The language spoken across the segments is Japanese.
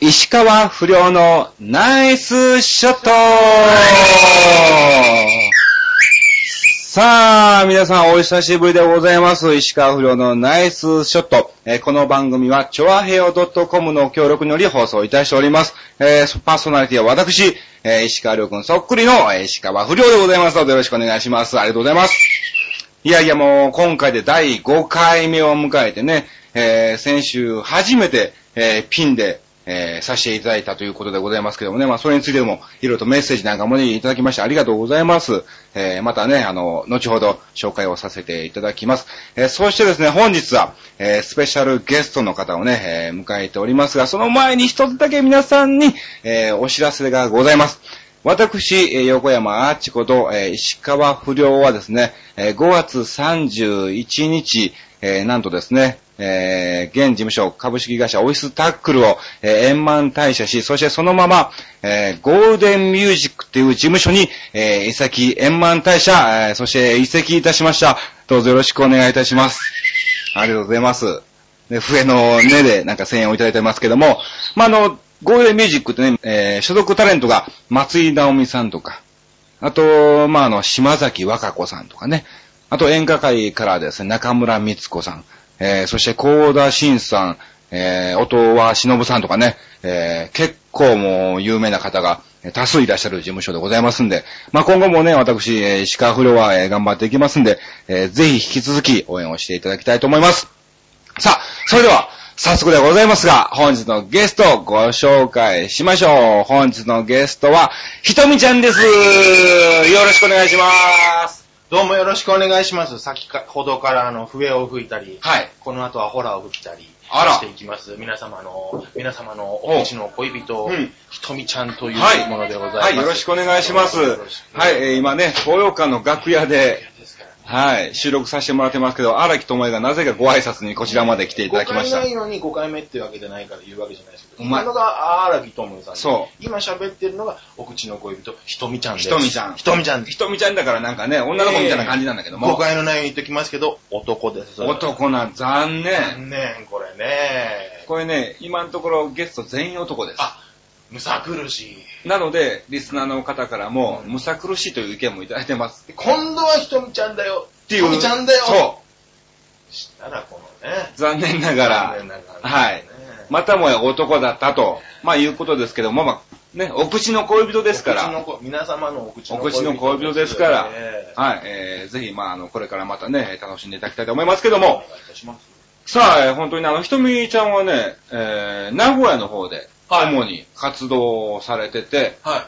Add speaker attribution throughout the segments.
Speaker 1: 石川不良のナイスショットさあ、皆さんお久しぶりでございます。石川不良のナイスショット。えーこの番組は、チョアヘオ .com の協力により放送いたしております。えーパーソナリティは私、えー石川良君そっくりの、えー石川不良でございますのでよろしくお願いします。ありがとうございます。いやいやもう、今回で第5回目を迎えてね、えー先週初めて、えーピンで、えーさせていただいたということでございますけどもね、まあそれについても、いろいろとメッセージなんかもね、いただきましてありがとうございます。えーまたね、あの、後ほど紹介をさせていただきます。えーそしてですね、本日は、えースペシャルゲストの方をね、えー迎えておりますが、その前に一つだけ皆さんに、えーお知らせがございます。私、えー横山あっちこと、えー石川不良はですね、えー5月31日、えーなんとですね、えー現事務所株式会社オイスタックルを、えー円満退社し、そしてそのまま、えーゴールデンミュージックっていう事務所に、えー移籍、円満退社、えーそして移籍いたしました。どうぞよろしくお願いいたします。ありがとうございます。で、笛の音でなんか声援をいただいてますけども、まあ、あの、ゴールデンミュージックってね、えー所属タレントが松井直美さんとか、あと、まあ、あの、島崎和歌子さんとかね、あと演歌界からですね、中村光子さん、えーそして高田慎さん、えー、音羽忍さんとかね、えー結構もう有名な方がえー多数いらっしゃる事務所でございますんで、まあ、今後もね、私、えー石川不良は、えー頑張っていきますんで、えーぜひ引き続き応援をしていただきたいと思います。さあ、それでは、早速でございますが、本日のゲストをご紹介しましょう。本日のゲストは、ひとみちゃんです。よろしくお願いします。
Speaker 2: どうもよろしくお願いします。先かほどからあの笛を吹いたり、
Speaker 1: はい。
Speaker 2: この後はホラーを吹いたり
Speaker 1: あら
Speaker 2: していきます。皆様の、皆様のおうちの恋人、
Speaker 1: うん
Speaker 2: ひとみちゃんとい
Speaker 1: はいう
Speaker 2: ものでございます。
Speaker 1: はい、よろしくお願いします。
Speaker 2: よろしく
Speaker 1: はい、えー今ね、東洋館の楽屋で、
Speaker 2: ですから
Speaker 1: はい、収録させてもらってますけど、荒木智恵がなぜかご挨拶にこちらまで来ていただきまし
Speaker 2: 5
Speaker 1: た
Speaker 2: 回。ないのに5回目っていうわけじゃないから言うわけじゃないですけど、
Speaker 1: うまい
Speaker 2: 今のが荒木智也さんで
Speaker 1: そ
Speaker 2: 今喋ってるのがお口の恋人、ひとみちゃんです。
Speaker 1: ひとみちゃん
Speaker 2: ひとみちゃんです。
Speaker 1: ひとみちゃんだからなんかね、女の子みたいな感じなんだけど
Speaker 2: 5
Speaker 1: も、
Speaker 2: 回の内容言っときますけど、男です。
Speaker 1: 男なん、残念。
Speaker 2: 残念、これね。
Speaker 1: これね、今のところゲスト全員男です。
Speaker 2: あ、むさ苦しい。
Speaker 1: なので、リスナーの方からも、
Speaker 2: うん
Speaker 1: むさ苦しいという意見もいただいてます。
Speaker 2: 今度はひとみちゃんだよ。
Speaker 1: っていう。
Speaker 2: ひとみちゃんだよ。。
Speaker 1: そう
Speaker 2: したらこのね。
Speaker 1: う。残念ながら
Speaker 2: 残、念ながらね
Speaker 1: はい。またもや男だったと、まあいうことですけども、まあ、ね、お口の恋人ですか
Speaker 2: お口の
Speaker 1: ら、
Speaker 2: こ皆様のお口
Speaker 1: お
Speaker 2: の
Speaker 1: 口の恋人ですから
Speaker 2: え、え
Speaker 1: はい、えー、ぜひ、まあ、あの、これからまたね、楽しんでいただきたいと思いますけども、
Speaker 2: お願いいたします
Speaker 1: さあ、えー本当にあの、ひとみちゃんはね、えー、名古屋の方で、
Speaker 2: はい
Speaker 1: 主に活動をされてて、
Speaker 2: はい。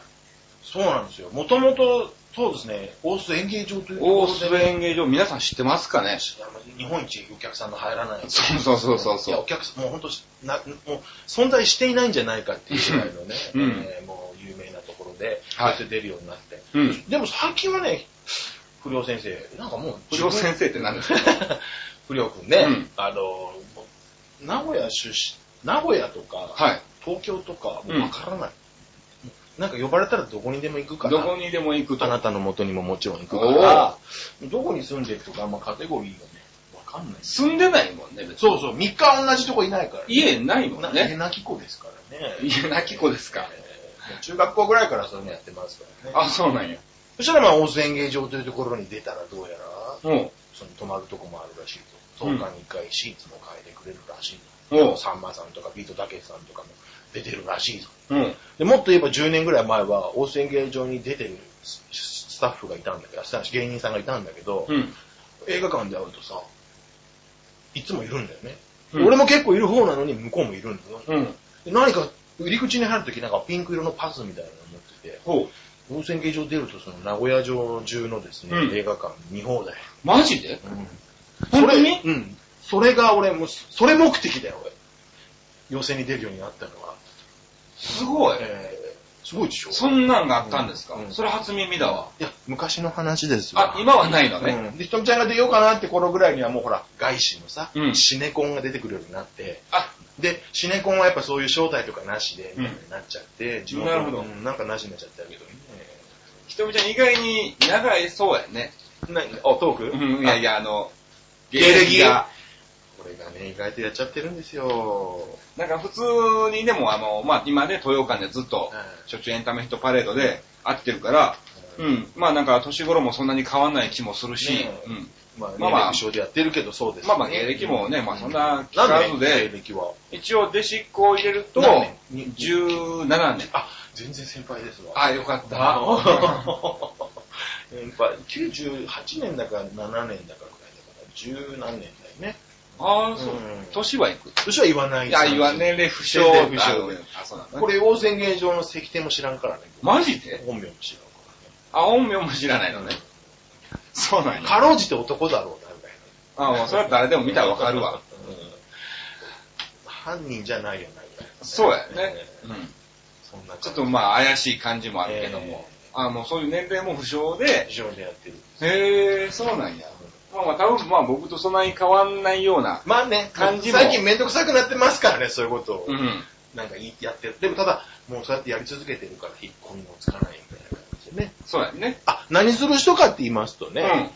Speaker 2: そうなんですよ。もともと、そうですね、大須演芸場というとこ
Speaker 1: 大
Speaker 2: ろで
Speaker 1: 須演芸場、皆さん知ってますかね
Speaker 2: あの日本一お客さんの入らない。
Speaker 1: そうそうそうそうそう
Speaker 2: や、お客さん、もう本当しな、もう存在していないんじゃないかっていうぐらいのね、
Speaker 1: うん
Speaker 2: えーもう有名なところで、
Speaker 1: はい
Speaker 2: こうやって出るようになって。
Speaker 1: うん
Speaker 2: でも最近はね、不良先生、なんかもう、
Speaker 1: 不良先生って何ですか
Speaker 2: 不良くんね、
Speaker 1: うん
Speaker 2: あの、もう名古屋出身、名古屋とか、
Speaker 1: はい。
Speaker 2: 東京とか、もうわからない、もうなんか呼ばれたらどこにでも行くから。
Speaker 1: どこにでも行くと。
Speaker 2: あな
Speaker 1: あ
Speaker 2: たの元にももちろん行くから、どこに住んでるとか、まあ、カテゴリーがね、わかんないです。
Speaker 1: 住んでないもんね、別に。
Speaker 2: そうそう、3日同じとこいないから、
Speaker 1: 家ないもん
Speaker 2: な家
Speaker 1: ね。
Speaker 2: なき子ですからね。
Speaker 1: 家なき子ですか
Speaker 2: えーもう中学校ぐらいからそういうのやってますからね。
Speaker 1: あ、そうなんや。
Speaker 2: そしたらまあ、温泉芸場というところに出たらどうや
Speaker 1: う
Speaker 2: ら、
Speaker 1: ん。
Speaker 2: その泊まるとこもあるらしいと。
Speaker 1: うん
Speaker 2: 10日に1回シーツも変えてくれるらしい
Speaker 1: お
Speaker 2: と。
Speaker 1: う
Speaker 2: さんまさんとかビートたけしさんとかも出てるらしいと。
Speaker 1: うん。
Speaker 2: でもっと言えば10年ぐらい前は、温泉芸場に出てるススタッフがいたんだけど、スタッフ芸人さんがいたんだけど、
Speaker 1: うん。
Speaker 2: 映画館で会うとさ、いつもいるんだよね。
Speaker 1: うん
Speaker 2: 俺も結構いる方なのに向こうもいるんだよ。
Speaker 1: うん。
Speaker 2: で何か入り口に入るときなんかピンク色のパスみたいなの持ってて、
Speaker 1: ほう。
Speaker 2: 温泉劇場出るとその名古屋城中のですね、
Speaker 1: うん
Speaker 2: 映画館見放題。
Speaker 1: マジで
Speaker 2: それ
Speaker 1: 本当に
Speaker 2: うん。それが俺もう、それ目的だよ、俺。寄席に出るようになったのは。
Speaker 1: すごい。
Speaker 2: えー、すごいでしょ
Speaker 1: そんなんがあったんですか
Speaker 2: うん
Speaker 1: それ初耳だわ。
Speaker 2: いや、昔の話ですよ。
Speaker 1: あ、今はないのね。
Speaker 2: うん、で、ひとみちゃんが出ようかなって頃ぐらいにはもうほら、外資のさ、
Speaker 1: うん
Speaker 2: シネコンが出てくるようになって、
Speaker 1: あ、
Speaker 2: で、シネコンはやっぱそういう招待とかなしで、
Speaker 1: うん
Speaker 2: みたいになっちゃって、地
Speaker 1: なるほど
Speaker 2: うんなんかなしになっちゃったけどね。
Speaker 1: ひとみちゃん意外に長いそうやね。
Speaker 2: なあ、トー
Speaker 1: う
Speaker 2: ク
Speaker 1: ん、いやい
Speaker 2: や。
Speaker 1: や、あの、
Speaker 2: 芸歴
Speaker 1: が。
Speaker 2: これがね、意外とやっちゃってるんですよ。
Speaker 1: なんか普通にでもあの、まあ今ね、豊岡でずっと
Speaker 2: はい、
Speaker 1: しょっちゅうエンタメヒットパレードで会ってるから、
Speaker 2: う
Speaker 1: うん。まあなんか年頃もそんなに変わんない気もするし、
Speaker 2: ねえ
Speaker 1: うん。
Speaker 2: まあ、
Speaker 1: まあまあ
Speaker 2: まあ、歴でやってるけど、そうです、
Speaker 1: まあまあ芸歴もねまあそんな聞か
Speaker 2: 何
Speaker 1: ず
Speaker 2: 年
Speaker 1: で
Speaker 2: 芸歴は。
Speaker 1: 一応弟子っ子を入れると、
Speaker 2: 何年
Speaker 1: 17年。
Speaker 2: あ、全然先輩ですわ。
Speaker 1: あ、よかっ
Speaker 2: だ。
Speaker 1: た。
Speaker 2: やっぱ98年だか7年だかぐらいだから、十何年だよね。
Speaker 1: ああ、そう
Speaker 2: うん。
Speaker 1: 年はいく。
Speaker 2: 私は言わない
Speaker 1: いや、言わ年齢不詳。
Speaker 2: 年齢不詳で
Speaker 1: あ、そうなんだね
Speaker 2: こ。れ、王仙芸場の石庭も知らんからね。
Speaker 1: マジで
Speaker 2: 本名も知らんから
Speaker 1: あ、
Speaker 2: ね。
Speaker 1: 音名も知らないのね。そうなんや。
Speaker 2: かろうじて男だろうな、みたい
Speaker 1: あ、もうそれは誰でも見たらわかるわ。
Speaker 2: な。うん犯人じゃないよな、みたいな。
Speaker 1: そうやね。うん。
Speaker 2: そんな感じ
Speaker 1: ちょっとまあ怪しい感じもあるけども。あ、もうそういう年齢も不詳で
Speaker 2: 非、常にやってる。
Speaker 1: へえ、そうなんや。まあまあ多分まあ僕とそんなに変わんないような。
Speaker 2: まあね、
Speaker 1: 漢
Speaker 2: 漢
Speaker 1: 字
Speaker 2: 字
Speaker 1: も
Speaker 2: 最近めんどくさくなってますからね、そういうことを。
Speaker 1: うん。
Speaker 2: なんかいやってる。でもただ、もうそうやってやり続けてるから、引っ込みもつかないみたいな感じでね。
Speaker 1: そうやね。
Speaker 2: あ、何する人かって言いますと
Speaker 1: う
Speaker 2: ね、
Speaker 1: ん。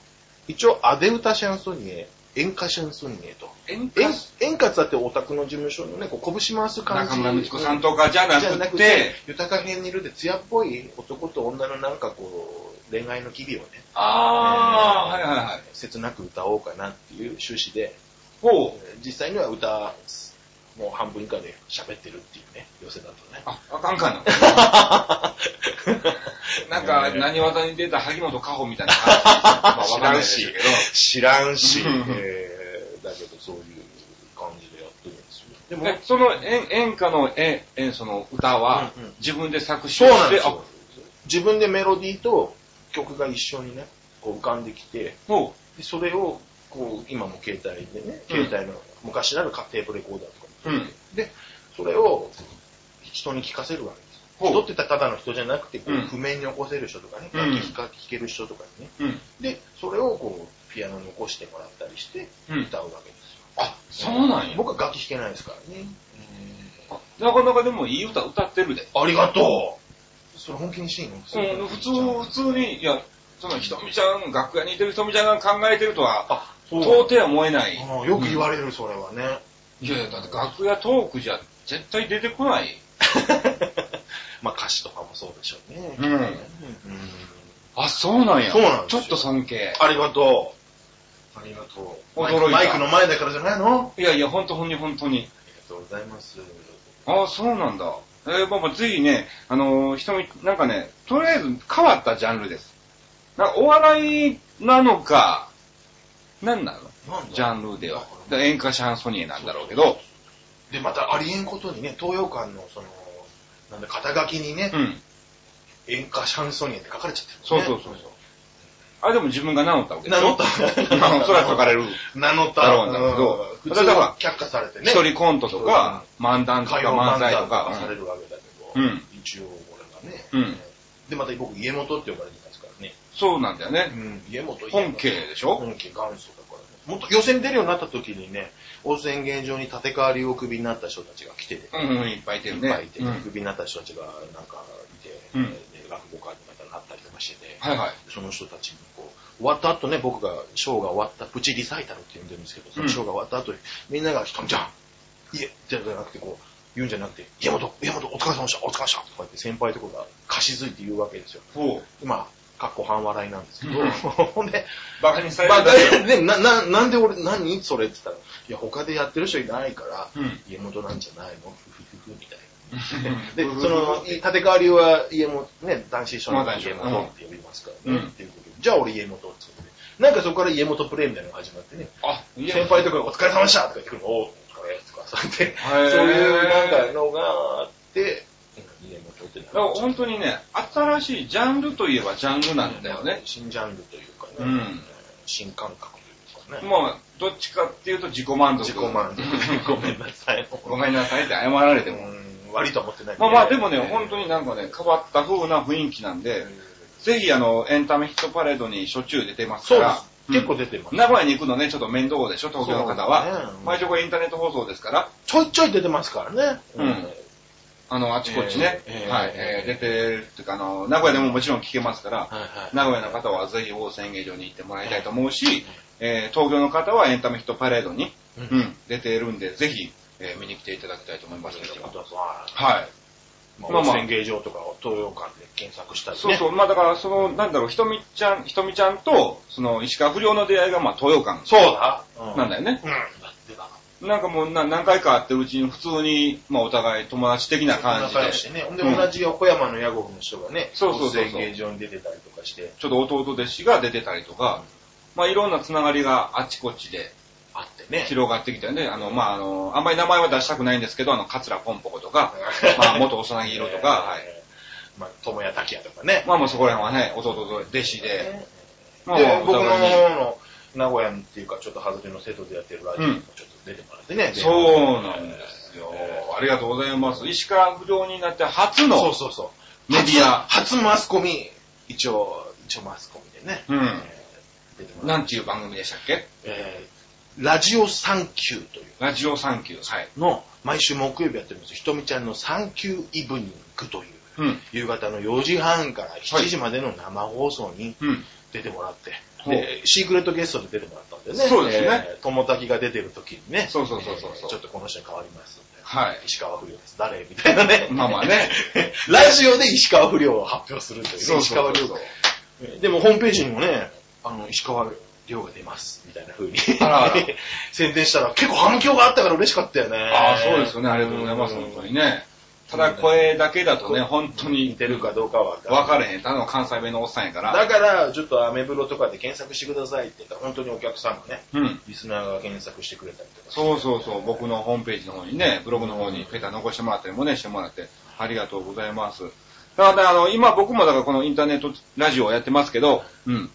Speaker 2: 一応、アデ歌シャンソニエ、演歌シャンソニエと。
Speaker 1: 演歌
Speaker 2: 演演歌ってだってお宅の事務所のね、こう拳回す感じ。
Speaker 1: 中村美智子さんとかじゃな
Speaker 2: じゃな
Speaker 1: く
Speaker 2: く
Speaker 1: て
Speaker 2: て、、豊か編にいるで艶っぽい男と女のなんかこう、恋愛の機微をね、
Speaker 1: ああ、はいはいはい。
Speaker 2: 切なく歌おうかなっていう趣旨で、
Speaker 1: ほう。
Speaker 2: 実際には歌、もう半分以下で喋ってるっていうね、寄せだとね。
Speaker 1: あ、あかんかんな。 なんか、何わたに出た萩本加穂みたいな 感じ。まあわかんないですけど。
Speaker 2: 知らんし、
Speaker 1: うん
Speaker 2: えーだけどそういう感じでやってるんですよ。でも、
Speaker 1: えその演演歌の演、演その歌は
Speaker 2: うんうん、
Speaker 1: 自分で作詞
Speaker 2: そ
Speaker 1: を
Speaker 2: うなん
Speaker 1: し
Speaker 2: で
Speaker 1: て、
Speaker 2: すよ。自分でメロディーと曲が一緒にね、こう浮かんできて、
Speaker 1: あほ
Speaker 2: でそれを、こう、今も携帯でね、
Speaker 1: うん
Speaker 2: 携帯の、昔なるテープレコーダーとか
Speaker 1: う。うん。
Speaker 2: で、それを人に聞かせるわけです。
Speaker 1: ほう
Speaker 2: 人ってただの人じゃなくて、こう
Speaker 1: うん
Speaker 2: 譜面に起こせる人とかね、
Speaker 1: うん
Speaker 2: 楽器弾か弾ける人とかにね。
Speaker 1: うん。
Speaker 2: で、それをこう、ピアノに起こしてもらったりして、
Speaker 1: うん
Speaker 2: 歌うわけですよ。
Speaker 1: あ、そうなんや。
Speaker 2: 僕は楽器弾けないですからね。
Speaker 1: なかなかでもいい歌歌ってるで。
Speaker 2: ありがとうそれ本気にしていいの
Speaker 1: うん、普通、普通に、いや、そのひとみちゃん、楽屋にいてるひとみちゃんが考えてるとは、
Speaker 2: あ、そう。
Speaker 1: 到底思えない。
Speaker 2: あよく言わ
Speaker 1: れ
Speaker 2: れる、それはね。
Speaker 1: いやいや、だって楽屋トークじゃ絶対出てこない。
Speaker 2: まあ歌詞とかもそうでしょうね。
Speaker 1: うん
Speaker 2: うん
Speaker 1: あ、そうなんや。
Speaker 2: そうなんです
Speaker 1: ちょ
Speaker 2: よ
Speaker 1: っと尊敬。
Speaker 2: ありがとう。ありがとう。マイ
Speaker 1: 驚い
Speaker 2: ク
Speaker 1: た
Speaker 2: マイクの前だからじゃないの
Speaker 1: いやいや、ほんとほんにほんとに。
Speaker 2: ありがとうございます。
Speaker 1: あ、そうなんだ。えー、まあまあ、ぜひね、あのー、ひとみ、なんかね、とりあえず変わったジャンルです。なんかお笑いなのか、なんなの
Speaker 2: なんだ
Speaker 1: ジャンルでは。だから演歌シャンソニエなんだろうけど、
Speaker 2: で、またありえんことにね、東洋館のその、なんだ、肩書きにね
Speaker 1: う、ん。
Speaker 2: 演歌シャンソニエって書かれちゃって
Speaker 1: そ
Speaker 2: る
Speaker 1: う
Speaker 2: もんね。
Speaker 1: そうそうそう。あ、でも自分が名乗ったわけで
Speaker 2: 名
Speaker 1: しょ
Speaker 2: 乗った。
Speaker 1: うんそれは書かれる。
Speaker 2: 名乗った。
Speaker 1: だろうなんだけど
Speaker 2: うん普
Speaker 1: だ
Speaker 2: 通
Speaker 1: からほら
Speaker 2: は却下されてね。
Speaker 1: 一人コントとか、漫談とか
Speaker 2: 歌謡漫
Speaker 1: 漫才
Speaker 2: 才
Speaker 1: と
Speaker 2: とか
Speaker 1: か。
Speaker 2: さ
Speaker 1: う
Speaker 2: れ
Speaker 1: ん
Speaker 2: るわけだけ
Speaker 1: う
Speaker 2: ど、
Speaker 1: ん
Speaker 2: 一応俺がね、
Speaker 1: うん
Speaker 2: で、また僕、家元って呼ばれてますからね。
Speaker 1: そうなんだよね。
Speaker 2: 家元
Speaker 1: 本家でしょ
Speaker 2: 本家元祖だからね。もっと予選出るようになった時にね、温泉現場に立て替わりをクビになった人たちが来てて、
Speaker 1: うん、うん、いっぱいいてるね。
Speaker 2: いっぱいいて、
Speaker 1: うん
Speaker 2: クビになった人たちがなんかいて、
Speaker 1: うん
Speaker 2: で落語家とかになったりとかしてて、
Speaker 1: はいはい。
Speaker 2: その人たちにこう、終わった後ね、僕がショーが終わった、プチリサイタルって呼んでるんですけど、そのショーが終わった後に、みんなが、ひとみちゃん、いえ、じゃなくてこう、言うんじゃなくて、家元、家元、お疲れ様でした、お疲れ様でした、とか言って先輩とかが、かしづいて言うわけですよ。
Speaker 1: ほう。
Speaker 2: まあ、かっこ半笑いなんですけ
Speaker 1: うん
Speaker 2: ど、ほんで、
Speaker 1: バカにされ
Speaker 2: ま
Speaker 1: る
Speaker 2: あ、
Speaker 1: んだよ。
Speaker 2: で、な、な、なんで俺、何それって言ったら、いや、他でやってる人いないから、
Speaker 1: うん
Speaker 2: 家元なんじゃないのふふふふ、みたいな。
Speaker 1: で
Speaker 2: で、その、立て替わりは家元、ね、男子一緒の
Speaker 1: まあ
Speaker 2: 家元って呼びますからね、
Speaker 1: うん
Speaker 2: っていうことでじゃあ俺家元ってことで。なんかそこから家元プレイみたいなのが始まってね、
Speaker 1: あ、いや
Speaker 2: 先輩とかがお疲れ様でしたとか言ってくるの、おうお疲れとか、そうやって、
Speaker 1: へー
Speaker 2: そういうなんかのがあって、うん家元ってな
Speaker 1: だから本当にね、新しいジャンルといえばジャンルなんだよね。
Speaker 2: 新ジャンルというかね、
Speaker 1: うん
Speaker 2: 新感覚というかね。
Speaker 1: もう、どっちかっていうと自己満足。
Speaker 2: 自己満足。ごめんなさい。
Speaker 1: ごめんなさいって謝られて
Speaker 2: う
Speaker 1: も。
Speaker 2: ん、悪いと思ってない。
Speaker 1: まあまあ、でもね、本当になんかね、変わった風な雰囲気なんで、ぜひあの、エンタメヒットパレードにしょっちゅう出てますか
Speaker 2: そうで
Speaker 1: ら
Speaker 2: す。。結構出てます。
Speaker 1: 名古屋に行くのね、ちょっと面倒でしょ、東京の方
Speaker 2: そう
Speaker 1: は
Speaker 2: だね。
Speaker 1: 毎週これインターネット放送ですから、
Speaker 2: ちょいちょい出てますからね。
Speaker 1: うんあの、あちこちね、
Speaker 2: えー
Speaker 1: はい、
Speaker 2: え
Speaker 1: え
Speaker 2: ー
Speaker 1: ー出てるっていうか、あの、名古屋でももちろん聞けますから、
Speaker 2: はいはい
Speaker 1: 名古屋の方はぜひ大泉芸場に行ってもらいたいと思うし、えー東京の方はエンタメヒットパレードに
Speaker 2: う。
Speaker 1: うんん、出ているんで、ぜひ、えー見に来ていただきたいと思いますけ
Speaker 2: 来
Speaker 1: れ
Speaker 2: て
Speaker 1: ど
Speaker 2: く
Speaker 1: も。
Speaker 2: ださい。
Speaker 1: はい。
Speaker 2: ま
Speaker 1: まあ
Speaker 2: あ、
Speaker 1: まあ
Speaker 2: まあ、芸場とか東洋館で検索したりね。
Speaker 1: そうそう、まあだから、その、なんだろう、ひとみちゃん、ひとみちゃんと、その、石川不良の出会いが、まあ、東洋館
Speaker 2: そうだ。う
Speaker 1: なんだよね。
Speaker 2: うん。だってだ。
Speaker 1: なんかもうな何回か会ってるうちに普通に、まあお互い友達的な感じで、
Speaker 2: 仲良しね。ほんで、同じ横山の屋号の人がね、
Speaker 1: そうそうそうそう
Speaker 2: 突然芸場に出てたりとかして、
Speaker 1: ちょっと弟弟子が出てたりとか、まあいろんなつながりがあっちこっちで
Speaker 2: あってね。
Speaker 1: 広がってきたよね。あの、まああの、あんまり名前は出したくないんですけど、あの、桂ポンポコとか、まあ元幼木色 とか、はい。
Speaker 2: い。まあ、友谷滝也とかね。
Speaker 1: まあもうそこら辺はね、弟と弟子で、
Speaker 2: ね
Speaker 1: まあまあ
Speaker 2: で、
Speaker 1: お
Speaker 2: 僕の
Speaker 1: 互いに。
Speaker 2: の名古屋っていうか、ちょっと外れの生徒でやってるラジオにもちょっと出てもらってね。
Speaker 1: そうなんですよ。ありがとうございます。石川不良になって初の、
Speaker 2: そうそうそう。
Speaker 1: メディア
Speaker 2: 初初マスコミ、一応、一応マスコミでね。
Speaker 1: うん
Speaker 2: えー出ても
Speaker 1: な
Speaker 2: らって
Speaker 1: んていう番組でしたっけ
Speaker 2: えーラジオサンキューという
Speaker 1: ラジオサンキュー。はい。
Speaker 2: の、毎週木曜日やってるんですよひとみちゃんのサンキューイブニングという、
Speaker 1: うん。
Speaker 2: 夕方の4時半から7時までの生放送に
Speaker 1: うん。
Speaker 2: 出てもらって、
Speaker 1: ほう
Speaker 2: でシークレットゲストで出てもらったんでね。
Speaker 1: そうですね
Speaker 2: えー友達が出てる時にね。
Speaker 1: そうそうそうそうそう
Speaker 2: ちょっとこの人に変わりますんで。
Speaker 1: はい。
Speaker 2: 石川不良です。誰みたいなね。
Speaker 1: まあまあね。
Speaker 2: ラジオで石川不良を発表するというね。石川
Speaker 1: 亮
Speaker 2: 亮がでもホームページにもね、あの、石川亮が出ます、みたいな風に
Speaker 1: あらあら
Speaker 2: 宣伝したら結構反響があったから嬉しかったよね。
Speaker 1: ああ、そうですよね。ありがとうございます。本当にね。ただ声だけだとね、本当に
Speaker 2: 似てるかどうかは
Speaker 1: 分かれへん。ただの関西弁のおっさんやから。
Speaker 2: だから、ちょっとアメブロとかで検索してくださいって言ったら、本当にお客さんがね、
Speaker 1: うん。
Speaker 2: リスナーが検索してくれたりとかして。
Speaker 1: そうそうそう。僕のホームページの方にね、ブログの方にペタ残してもらったりもね、してもらって、ありがとうございます。ただ、あの、今僕もだからこのインターネットラジオをやってますけど、うん。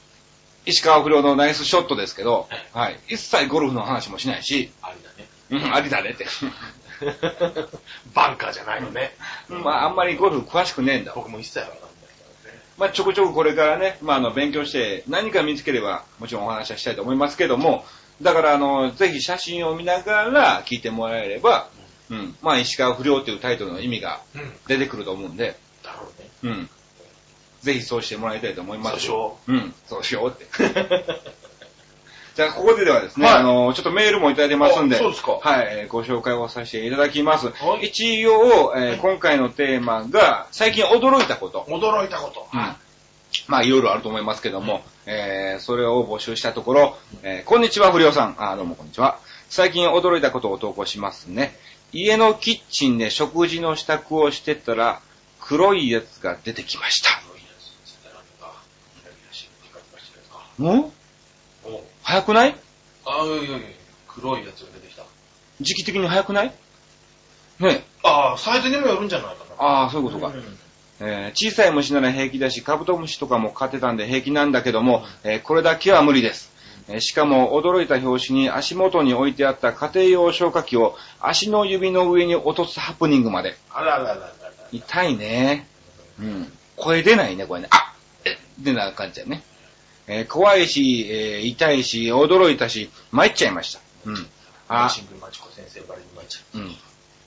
Speaker 1: 石川不良のナイスショットですけど、はい。一切ゴルフの話もしないし、
Speaker 2: あれ
Speaker 1: うん、ありだねって。
Speaker 2: だね。 バンカーじゃないのね。
Speaker 1: まあ、あんまりゴルフ詳しくねえんだ
Speaker 2: 僕も一切わかんないけどね。
Speaker 1: まあ、ちょこちょここれからね、まあ、あの、勉強して、何か見つければ、もちろんお話はしたいと思いますけども、だから、あの、ぜひ写真を見ながら聞いてもらえれば、うん、まあ、石川不良というタイトルの意味が
Speaker 2: うん。
Speaker 1: 出てくると思うんで、
Speaker 2: だろうね。
Speaker 1: うん。ぜひそうしてもらいたいと思います。
Speaker 2: そうしよ
Speaker 1: う。うん、そうしようって。 じゃあ、ここでではですね、
Speaker 2: はい
Speaker 1: あの、ちょっとメールもいただいてますんで、
Speaker 2: あそうですか
Speaker 1: はい、えーご紹介をさせていただきます。
Speaker 2: はい
Speaker 1: 一応、えー今回のテーマが、最近驚いたこと。
Speaker 2: 驚いたこと。
Speaker 1: うんまあ、いろいろあると思いますけども、えー、それを募集したところ、えー、こんにちは、不良さん。あー、どうもこんにちは。最近驚いたことを投稿しますね。家のキッチンで食事の支度をしてたら、黒いやつが出てきました。ん
Speaker 2: お
Speaker 1: 早くない
Speaker 2: あいやいやいや黒いやつが出てきた。
Speaker 1: 時期的に早くないね
Speaker 2: ああ、サイズにもよるんじゃないかな。
Speaker 1: ああ、そういうことか。えー小さい虫なら平気だし、カブトムシとかも飼ってたんで平気なんだけども、えーこれだけは無理です。えーしかも驚いた拍子に足元に置いてあった家庭用消火器を足の指の上に落とすハプニングまで。
Speaker 2: あららららら。
Speaker 1: 痛いね。うん。声出ないね、これね。あえってな感じだよね。えー怖いし、えー痛いし、驚いたし、参っちゃいました。うん。あ、
Speaker 2: シングルマチコ先生バレにマチコ。
Speaker 1: うん。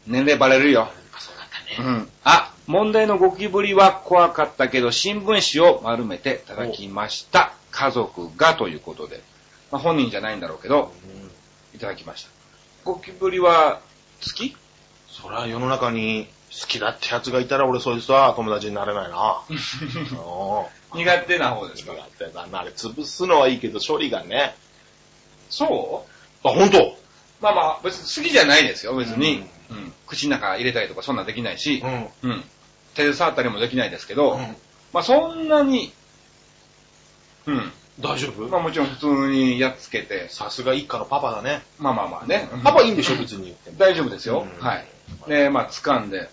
Speaker 1: 年齢バレるよ。
Speaker 2: あ、そうだった
Speaker 1: う
Speaker 2: ね。
Speaker 1: ん。あ、問題のゴキブリは怖かったけど、新聞紙を丸めていただきました。家族がということで。まあ、本人じゃないんだろうけど、
Speaker 2: うん
Speaker 1: いただきました。ゴキブリは好 き
Speaker 2: そりゃ世の中に好きだってやつがいたら俺そいつは友達になれないな。おー
Speaker 1: 苦手な方です
Speaker 2: 好きだってなあれ潰すのはいいけど処理がね。
Speaker 1: そう
Speaker 2: あ、ほんと
Speaker 1: まあまあ、別に好きじゃないですよ、別に。うん。口の中入れたりとかそんなんできないし
Speaker 2: う、ん。
Speaker 1: うん。手で触ったりもできないですけど、
Speaker 2: うん
Speaker 1: まあそんなに、うん。
Speaker 2: 大丈夫
Speaker 1: まあもちろん普通にやっつけて、
Speaker 2: さすが一家のパパだね。
Speaker 1: まあまあまあね。
Speaker 2: パパいいんでしょ別に言っても。
Speaker 1: 大丈夫ですよ。
Speaker 2: うん
Speaker 1: はい。で、まあ、掴んで、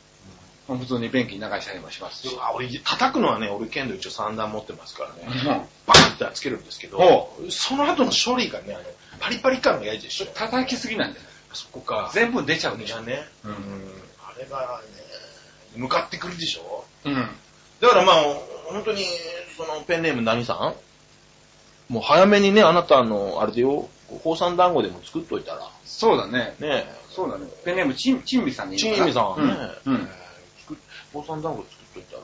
Speaker 1: まあ普通に便器に流したりもしますし。
Speaker 2: あ俺、叩くのはね、俺剣道一応三段持ってますから
Speaker 1: う
Speaker 2: ね。
Speaker 1: ん
Speaker 2: バンってつけるんですけど
Speaker 1: ほ、
Speaker 2: その後の処理がね、あのパリパリ感が嫌でしょ。
Speaker 1: 叩きすぎなんじゃない
Speaker 2: そこか。
Speaker 1: 全部出ちゃうで
Speaker 2: い
Speaker 1: しょ
Speaker 2: や。ね、
Speaker 1: うん
Speaker 2: あれがね、向かってくるでしょ
Speaker 1: うん。
Speaker 2: だからまあ、本当に、そのペンネーム何さんもう早めにね、あなたの、あれでよ、宝山団子でも作っといたら、
Speaker 1: そうだね。
Speaker 2: ね
Speaker 1: そうだね。ペンネーム、チン、チンビさんに
Speaker 2: ちんみさんはね、
Speaker 1: うん。う
Speaker 2: えー
Speaker 1: ん
Speaker 2: 作宝山団子作っといた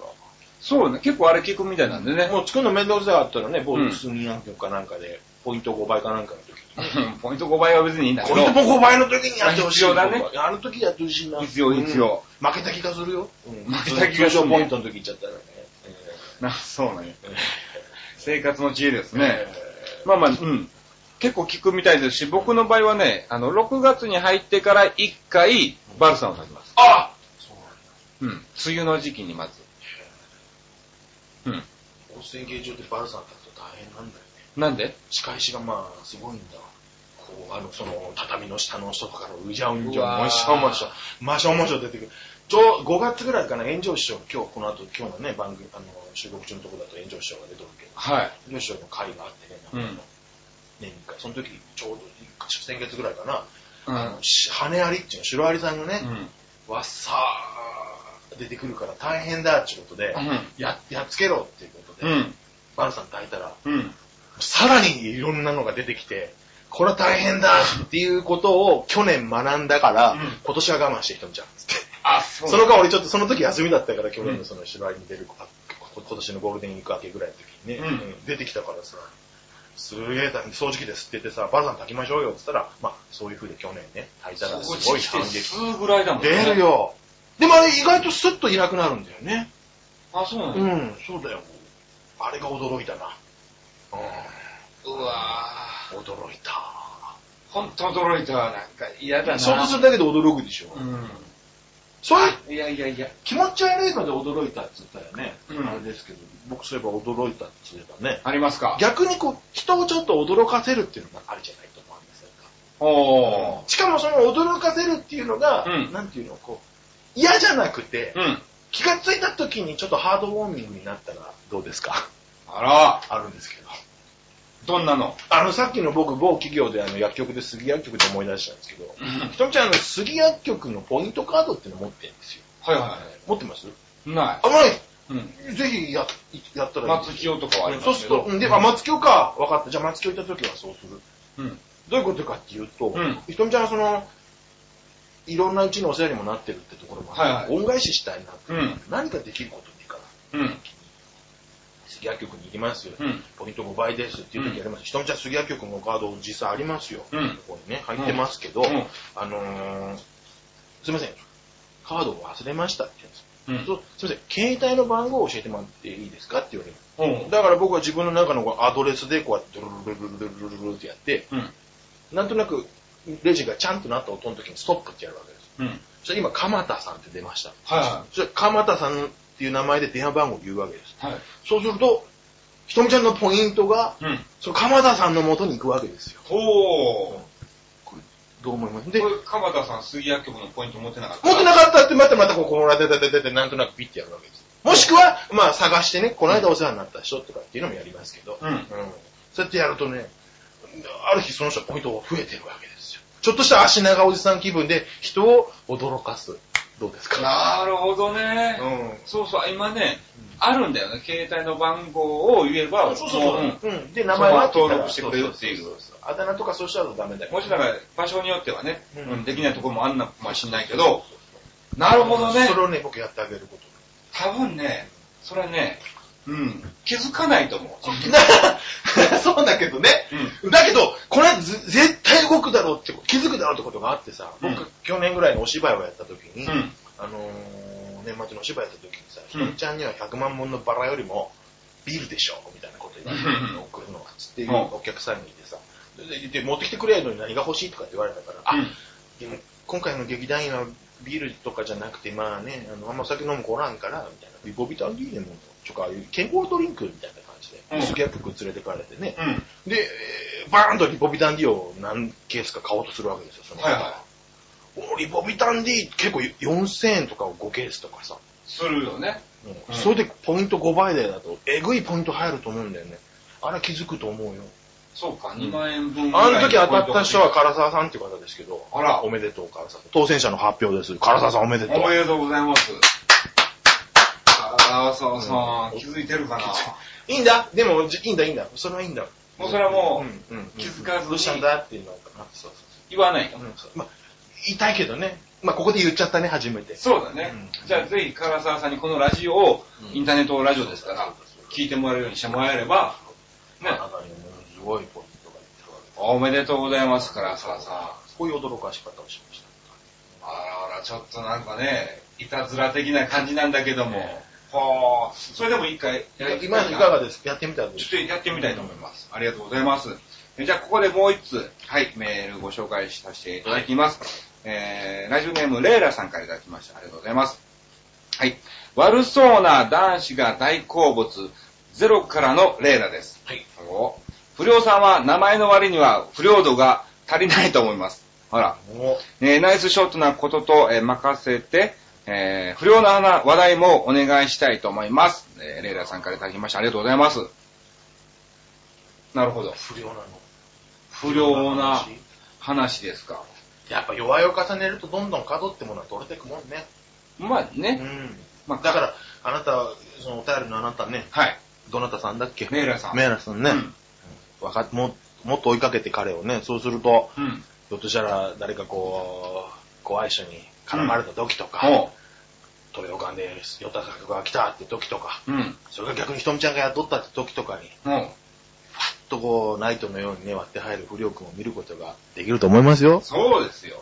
Speaker 1: そうだね。結構あれ聞くみたいなんでね
Speaker 2: ら、。もう作るの面倒くさかったらね、某スニーアン局かなんかで、ポイント5倍かなんかの時
Speaker 1: うんポイント5倍は別にいいんだけ
Speaker 2: ポ
Speaker 1: ど
Speaker 2: イン、トも5倍の時にやって ほしい。
Speaker 1: 必要だね
Speaker 2: 僕はあの時やってほしいな。
Speaker 1: 必要必要
Speaker 2: うん負けた気がするよ。 うん
Speaker 1: 負けた気がするね
Speaker 2: 通常ポイントの時言っちゃったらね。
Speaker 1: なそうなんや
Speaker 2: えー
Speaker 1: 生活の知恵です
Speaker 2: え
Speaker 1: ね。 まあまあ、うん。結構効くみたいですし、僕の場合はね、あの、6月に入ってから1回、バルサンを炊きます。
Speaker 2: ーあそうなんだ
Speaker 1: うん。梅雨の時期にまず。うん。
Speaker 2: 温泉芸場でバルサン立つと大変なんだよね。
Speaker 1: なんで
Speaker 2: 仕返しがまあ、すごいんだわ。こう、あの、その、畳の下の人とかから、うじゃうじ
Speaker 1: う
Speaker 2: ゃ、
Speaker 1: わー
Speaker 2: もしょもしょ、ましょもしょ出てくる。ちょ、5月ぐらいかな、炎上師匠、今日この後、今日のね、番組、あの、収録中のところだと炎上師匠が出てるけど、
Speaker 1: はい。
Speaker 2: 炎上師匠の会があってね、
Speaker 1: うん
Speaker 2: なんか年に一回、その時、ちょうど一回、先月ぐらいかな、
Speaker 1: うん。
Speaker 2: あのし羽ありっていうの、白ありさんがね、
Speaker 1: うん。
Speaker 2: わっさー出てくるから大変だっていうことで、
Speaker 1: うん
Speaker 2: ややっつけろっていうこと
Speaker 1: う
Speaker 2: で、
Speaker 1: ん。
Speaker 2: バルさん抱いたら、
Speaker 1: うん。
Speaker 2: さらにいろんなのが出てきて、これは大変だっていうことを去年学んだから、
Speaker 1: うん
Speaker 2: 今年は我慢してきたんじゃん。つって
Speaker 1: あ、そ
Speaker 2: その間俺ちょっとその時休みだったから、去年
Speaker 1: う
Speaker 2: の
Speaker 1: ん
Speaker 2: その芝居に出る、あこ今年のゴールデンウィーク明けぐらいの時にね、
Speaker 1: うん
Speaker 2: うん出てきたからさ、すげえ大変、掃除機ですって言ってさ、バルさん炊きましょうよって言ったら、まあそういう風で去年ね、炊いたらすごい反撃。
Speaker 1: 数ぐらいだもんね。
Speaker 2: 出る。よ。でもあれ意外とスッといなくなるんだよね。
Speaker 1: あ、そうなん
Speaker 2: う
Speaker 1: や。
Speaker 2: ん、そうだよ。あれが驚いたな。う
Speaker 1: うわ
Speaker 2: ん、驚いた。
Speaker 1: ぁ。ほんと驚いたわ。なんか嫌だな。
Speaker 2: 想像するだけで驚くでしょ。
Speaker 1: う
Speaker 2: それ、
Speaker 1: ん。いやいやいや。
Speaker 2: 気持ち悪いので驚いたって言ったよね。
Speaker 1: うん
Speaker 2: あれですけど、僕そういえば驚いたって言えばね。
Speaker 1: ありますか
Speaker 2: 逆にこう、人をちょっと驚かせるっていうのがあるじゃないと思いませんか。
Speaker 1: おー。
Speaker 2: しかもその驚かせるっていうのが、
Speaker 1: うん
Speaker 2: なんていうの、こう、嫌じゃなくて、
Speaker 1: うん。
Speaker 2: 気がついた時にちょっとハードウォーミングになったらどうですか
Speaker 1: あら、
Speaker 2: あるんですけど。
Speaker 1: どんなの
Speaker 2: あの、さっきの僕、某企業であの薬局で杉薬局で思い出したんですけど、ひとみちゃん、あの杉薬局のポイントカードっていうの持ってるんですよ。
Speaker 1: はいは
Speaker 2: 持ってます
Speaker 1: い。な
Speaker 2: あ、ない
Speaker 1: い。うん。
Speaker 2: ぜひや、やったらいい。
Speaker 1: 松清とかはあります
Speaker 2: そうすると、うんで、あ、松清か。分かった。じゃあ松清行った時はそうする。
Speaker 1: うん。
Speaker 2: どういうことかっていうと、
Speaker 1: うん
Speaker 2: ひとみちゃんはその、いろんなうちのお世話にもなってるってところもあっ
Speaker 1: は
Speaker 2: て恩返ししたいなっ
Speaker 1: う
Speaker 2: て、
Speaker 1: ん
Speaker 2: 何かできることにいいかな。
Speaker 1: うん。
Speaker 2: 杉谷局に行きますよ、
Speaker 1: うん
Speaker 2: ポイント5倍ですっていう時あります、ひとみちゃん杉谷局のカード実際ありますよ、
Speaker 1: うん
Speaker 2: ここにね入ってますけど、
Speaker 1: うん
Speaker 2: あのー、すいませんカードを忘れましたって言うんです、
Speaker 1: う
Speaker 2: そうすいません携帯の番号を教えてもらっていいですかって言われる
Speaker 1: おう
Speaker 2: だから僕は自分の中のこうアドレスでこうやってドゥルルルルルルルルルってやって
Speaker 1: うん。
Speaker 2: なんとなくレジがちゃんとなった音の時にストップってやるわけです
Speaker 1: うん。
Speaker 2: そしたら今鎌田さんって出ました
Speaker 1: は
Speaker 2: そしたら鎌田さんっていう名前で電話番号を言うわけです
Speaker 1: いはい。はい。
Speaker 2: そうすると、ひとみちゃんのポイントが、
Speaker 1: うん。
Speaker 2: その鎌田さんの元に行くわけですよ。
Speaker 1: おー。
Speaker 2: どう思います
Speaker 1: で、
Speaker 2: で、
Speaker 1: こ
Speaker 2: 持
Speaker 1: れ、鎌田さん、水薬局のポイント持ってなかった
Speaker 2: ってなかったって、またまたここら出て出て出て、なんとなくピッてやるわけです。もしくは、まあ探してね、この間お世話になった人とかっていうのもやりますけど、
Speaker 1: うん
Speaker 2: そうやってやるとね、ある日その人はポイントが増えてるわけですよ。ちょっとした足長おじさん気分で人を驚かす。どうですか
Speaker 1: なるほどね。
Speaker 2: うん
Speaker 1: そうそう、今ね、あるんだよね。携帯の番号を言えば、
Speaker 2: そうそうそう。
Speaker 1: もう
Speaker 2: うん。で、名前は
Speaker 1: その登録してくれるっていう
Speaker 2: そそそそあだ名とかそうしたらダメだよ。
Speaker 1: もしだから、場所によってはね、
Speaker 2: うん
Speaker 1: うんできないところもあんなかもしれないけど、なるほどね
Speaker 2: そ。れをね、僕やってあげること。
Speaker 1: 多分ね、それね、うん、気づかないと思う。
Speaker 2: なそうだけどね。だけど、これず絶対動くだろうってこと、気づくだろうってことがあってさ、僕、
Speaker 1: うん
Speaker 2: 去年ぐらいのお芝居をやった時に、
Speaker 1: うん
Speaker 2: あのー、年末のお芝居やった時にさ、ひ
Speaker 1: うん
Speaker 2: とみちゃんには100万本のバラよりも、ビールでしょみたいなこと言われ
Speaker 1: う
Speaker 2: て、
Speaker 1: ん
Speaker 2: 送るのが、つって、
Speaker 1: うん
Speaker 2: お客さんにいてさ、で、で持ってきてくれるのに何が欲しいとかって言われたから、
Speaker 1: う
Speaker 2: あ
Speaker 1: ん、
Speaker 2: でも今回の劇団員はビールとかじゃなくて、まあね、あの、あんまお酒飲む子おらんから、みたいな。ビボビタン D でも、とか、ああいう健康ドリンクみたいな感じ
Speaker 1: うん
Speaker 2: で、スキャップ連れてかれてね。
Speaker 1: うん、
Speaker 2: で、えーバーンとリボビタン D を何ケースか買おうとするわけですよ、その
Speaker 1: はいは
Speaker 2: おリボビタン D 結構4000円とかを5ケースとかさ。
Speaker 1: するよね。
Speaker 2: うんそれでポイント5倍台だと、えぐいポイント入ると思うんだよね。あれ気づくと思うよ。
Speaker 1: そうか、2万円分ぐら
Speaker 2: あ
Speaker 1: い
Speaker 2: の時当たった人は
Speaker 1: ポイントが
Speaker 2: 唐沢さんっていう方ですけど、
Speaker 1: あら
Speaker 2: おめでとう唐沢さん。当選者の発表です。唐沢さんおめでとう。
Speaker 1: おめでとうございます。ああ、そうそう、気づいてるかな。
Speaker 2: いいんだ。でも、じいいんだ、いいんだ。それはいいんだ。
Speaker 1: もうそれはも
Speaker 2: うんうん
Speaker 1: う、気づかず
Speaker 2: どうしたん
Speaker 1: に
Speaker 2: だっていうのかな。そうそう
Speaker 1: 言わないと
Speaker 2: そう。。うんそうまあ、言いたいけどね。まあ、ここで言っちゃったね、初めて。
Speaker 1: そうだね
Speaker 2: う。ん
Speaker 1: じゃあぜひ、唐沢さんにこのラジオを、インターネットラジオですから、聞いてもらえるようにしてもらえれば、ね
Speaker 2: まあ、なんかねものすごいポイントが
Speaker 1: おめでとうございますからさ、さ、
Speaker 2: こういう驚かし方をしました。
Speaker 1: あらあら、ちょっとなんかね、いたずら的な感じなんだけども、はあ、それでも一回やりたい
Speaker 2: 今
Speaker 1: な
Speaker 2: のいかがですかやってみたんで
Speaker 1: ちょ
Speaker 2: す
Speaker 1: っとやってみたいと思います。ありがとうございます。えじゃあ、ここでもう一つ、はい、メールご紹介させていただきます。えー、ラジオネーム、レイラさんからいただきました。ありがとうございます。はい。悪そうな男子が大好物、ゼロからのレイラです。
Speaker 2: はい。
Speaker 1: お不良さんは名前の割には不良度が足りないと思います。あら。
Speaker 2: も
Speaker 1: えーナイスショットなことと、えー任せて、えー不良な話題もお願いしたいと思います。えーレイラさんからいただきました。ありがとうございます。なるほど
Speaker 2: う、。不良なの。
Speaker 1: 不良な
Speaker 2: 話
Speaker 1: 話ですか。
Speaker 2: やっぱ弱いを重ねるとどんどん角ってものは取れてくもんね。
Speaker 1: まあ
Speaker 2: う
Speaker 1: ね、
Speaker 2: ん。
Speaker 1: まあ、
Speaker 2: だから、あなた、そのお便りのあなたね、
Speaker 1: はい。
Speaker 2: どなたさんだっけ
Speaker 1: レイラさん。
Speaker 2: メイラさんね、わかも、もっと追いかけて彼をね、そうすると、
Speaker 1: うん。うん。
Speaker 2: ひょっとしたら誰かこう、怖い人に絡まれた時とか、
Speaker 1: おう。
Speaker 2: 東洋館でヨタ作が来たって時とか、
Speaker 1: うん。
Speaker 2: それが逆にひとみちゃんが雇ったって時とかに、
Speaker 1: おう。
Speaker 2: ちょっとこう、ナイトのようにね、割って入る不良君を見ることができると思いますよ。
Speaker 1: そうですよ。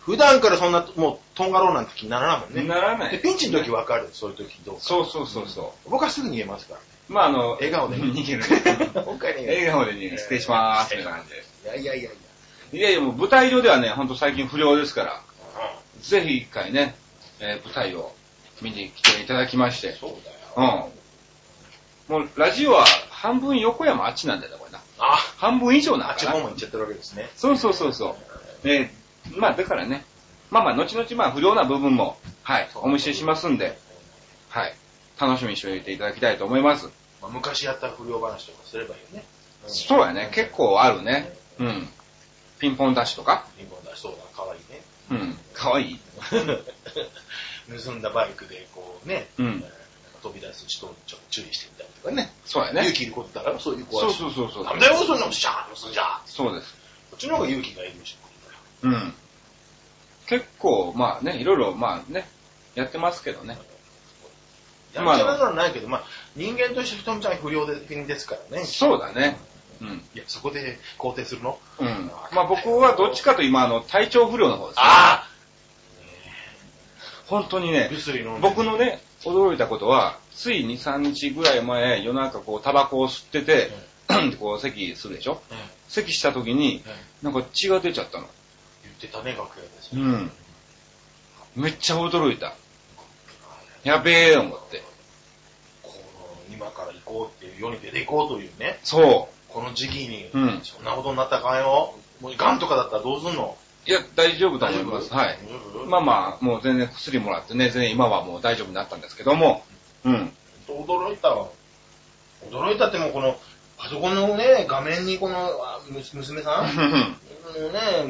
Speaker 2: 普段からそんな、もう、とんがろうなんて気にならないもんね。
Speaker 1: ならない
Speaker 2: でピンチの時わかる、そういう時どうか。
Speaker 1: そうそうそうそ
Speaker 2: 僕はすぐ逃げますから。
Speaker 1: う。まあ、あの、
Speaker 2: 笑顔で
Speaker 1: 逃 げる。
Speaker 2: 僕は逃げ
Speaker 1: 笑
Speaker 2: る。
Speaker 1: 顔でね、失礼しまーす。みたいな感じ
Speaker 2: いやいやいやいや。
Speaker 1: で。いやいや、もう舞台上ではね、ほんと最近不良ですから。ぜひ一回ね、えー舞台を見に来ていただきまして。
Speaker 2: そうだ
Speaker 1: うん。
Speaker 2: よ。
Speaker 1: もう、ラジオは半分横山あっちなんだよな、これな。
Speaker 2: あ、
Speaker 1: 半分以上な
Speaker 2: あ
Speaker 1: ん
Speaker 2: っち
Speaker 1: だ
Speaker 2: 方
Speaker 1: な。
Speaker 2: 面行っちゃってるわけですね。
Speaker 1: そうそうそうそう。えーまあだからね、まあまあ、後々まあ不良な部分も、はい、お見せしますんで、はい、楽しみにしておいていただきたいと思います。
Speaker 2: まあ、昔やった不良話とかすればいいよね。ん
Speaker 1: そうやね、結。構あるね。うん。ピンポンダッシュとか。
Speaker 2: リボン出しそうだ、かわいいね。
Speaker 1: うん。かわいい。
Speaker 2: 盗んだバイクで、こうね、
Speaker 1: うん
Speaker 2: なんか飛び出す人をちょっと注意してみたりとかね。
Speaker 1: そうや
Speaker 2: 勇
Speaker 1: ね。
Speaker 2: 気いることだから、そういう子は。
Speaker 1: そうそうそうそう。
Speaker 2: なんだよ、そんなのしゃー、そんじゃー。
Speaker 1: そうです。
Speaker 2: こっちの方が勇気がいるし。
Speaker 1: うん。結構、まあね、いろいろ、まあね、やってますけどね。
Speaker 2: やめちゃならないけど、まあ、人間としてひとみちゃんは不良で国ですからね。
Speaker 1: そうだね。うん。
Speaker 2: いや、そこで肯定するの
Speaker 1: うん。まあ僕はどっちかと今、あの、体調不良の方です、ね。
Speaker 2: あ
Speaker 1: 本当に
Speaker 2: あ
Speaker 1: ね、
Speaker 2: 薬飲んで。
Speaker 1: 僕のね、驚いたことは、つい2、3日ぐらい前、夜中こう、タバコを吸ってて、 こう、咳するでしょ
Speaker 2: うん、
Speaker 1: 咳した時に、
Speaker 2: う
Speaker 1: な
Speaker 2: ん
Speaker 1: んか血が出ちゃったの。
Speaker 2: 言ってたね、楽屋で。
Speaker 1: うん。めっちゃ驚いた。やべえ、思って。
Speaker 2: この、今から行こうっていう、世に出て行こうというね、
Speaker 1: そ
Speaker 2: この時期に
Speaker 1: う。う、ん。
Speaker 2: そんなことになったらあかんよ。もう、癌とかだったらどうすんの
Speaker 1: いや、大丈夫だと思います。はい。まあ
Speaker 2: あ。
Speaker 1: まあ、もう全然薬もらってね、全然今はもう大丈夫になったんですけども、うん。
Speaker 2: 驚いたわ。驚いたってもうこの、パソコンのね、画面にこの、あむ娘さんのね、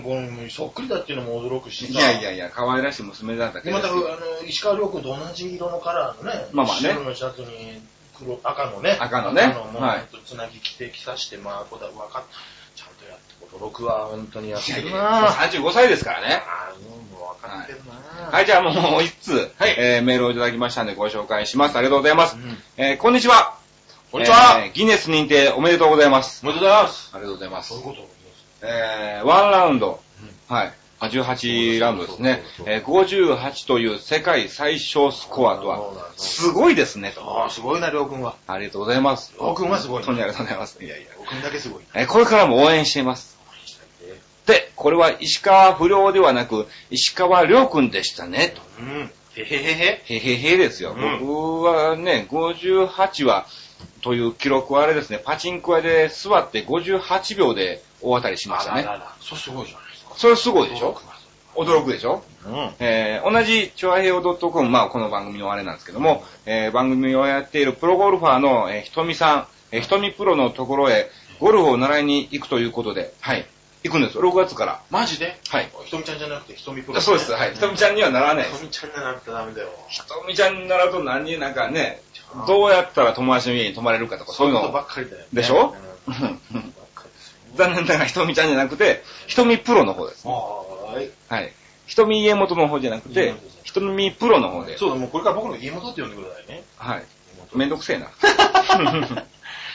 Speaker 2: このそっくりだっていうのも驚くし
Speaker 1: い
Speaker 2: さ。
Speaker 1: やいやいや、可愛らしい娘なんだけ
Speaker 2: で
Speaker 1: ど
Speaker 2: ま。た、あの、石川遼君と同じ色のカラーのね、
Speaker 1: まあまあね
Speaker 2: 白のシャツに黒、赤のね、
Speaker 1: 赤のね
Speaker 2: もう
Speaker 1: はい
Speaker 2: ほんとつなぎ着て着さして、まあ、こだわかっちゃんとやって、驚くわ、本当にやってるなぁ。
Speaker 1: 35歳ですからね。
Speaker 2: あーうんもう分かってるなぁ。
Speaker 1: はい、じゃあもう1つ、
Speaker 2: はい
Speaker 1: えーメールをいただきましたのでご紹介します。ありがとうございます。
Speaker 2: うん
Speaker 1: えーこんにちは。
Speaker 2: こんにちは
Speaker 1: えーギネス認定おめでとうございます。
Speaker 2: おめでとうございます。
Speaker 1: ありがとうございます
Speaker 2: そういう。こと
Speaker 1: えー、ワンラウンド。はい。あ18ラウンドですね。えー58という世界最小スコアとは、すごいですね、と。
Speaker 2: ああ、すごいな、りょうくんは。
Speaker 1: ありがとうございます。
Speaker 2: りょうくんはすごい
Speaker 1: 本
Speaker 2: な。
Speaker 1: 当に
Speaker 2: り
Speaker 1: ありがとうございます。いやいや。
Speaker 2: ょうくんだけすごいな。
Speaker 1: えーこれからも応援しています。で、これは石川不良ではなく、石川良くんでしたね、と。
Speaker 2: うん。へへへへ。
Speaker 1: へへへですよ。
Speaker 2: うん
Speaker 1: 僕はね、58は、という記録はあれですね、パチンコ屋で座って58秒で大当たりしました
Speaker 2: あら
Speaker 1: ね。
Speaker 2: らら。そうすごいじゃないですか。
Speaker 1: それすごいでしょ
Speaker 2: う
Speaker 1: 驚くでしょ
Speaker 2: ん。
Speaker 1: えー同じ、チョアヘオ .com、まあこの番組のあれなんですけども、えー番組をやっているプロゴルファーの、えーひとみさん、えーひとみプロのところへ、ゴルフを習いに行くということで、はい、行くんですよ。6月から。
Speaker 2: マジで
Speaker 1: はい。
Speaker 2: ひとみちゃんじゃなくて、ひとみプロ
Speaker 1: あ
Speaker 2: ね。
Speaker 1: そうです、はい。ひとみちゃんにはならないです
Speaker 2: ひ。とみちゃんじゃなくてダメだよ。
Speaker 1: ひとみちゃんになると何になんかね、どうやったら友達の家に泊まれるかとか、そういう
Speaker 2: ことば
Speaker 1: の。
Speaker 2: っかりだよね。
Speaker 1: でしょ
Speaker 2: うん
Speaker 1: うんうん
Speaker 2: ばっかりですよ
Speaker 1: 残念ながらひとみちゃんじゃなくて、ひとみプロの方です。
Speaker 2: はーい。
Speaker 1: はい。ひとみ家元の方じゃなく
Speaker 2: 家
Speaker 1: て
Speaker 2: 元です、
Speaker 1: ひとみプロの方で。
Speaker 2: そうだ、もうこれから僕の家元って呼んでくださいね。
Speaker 1: はい。
Speaker 2: 家元
Speaker 1: めんどくせえな。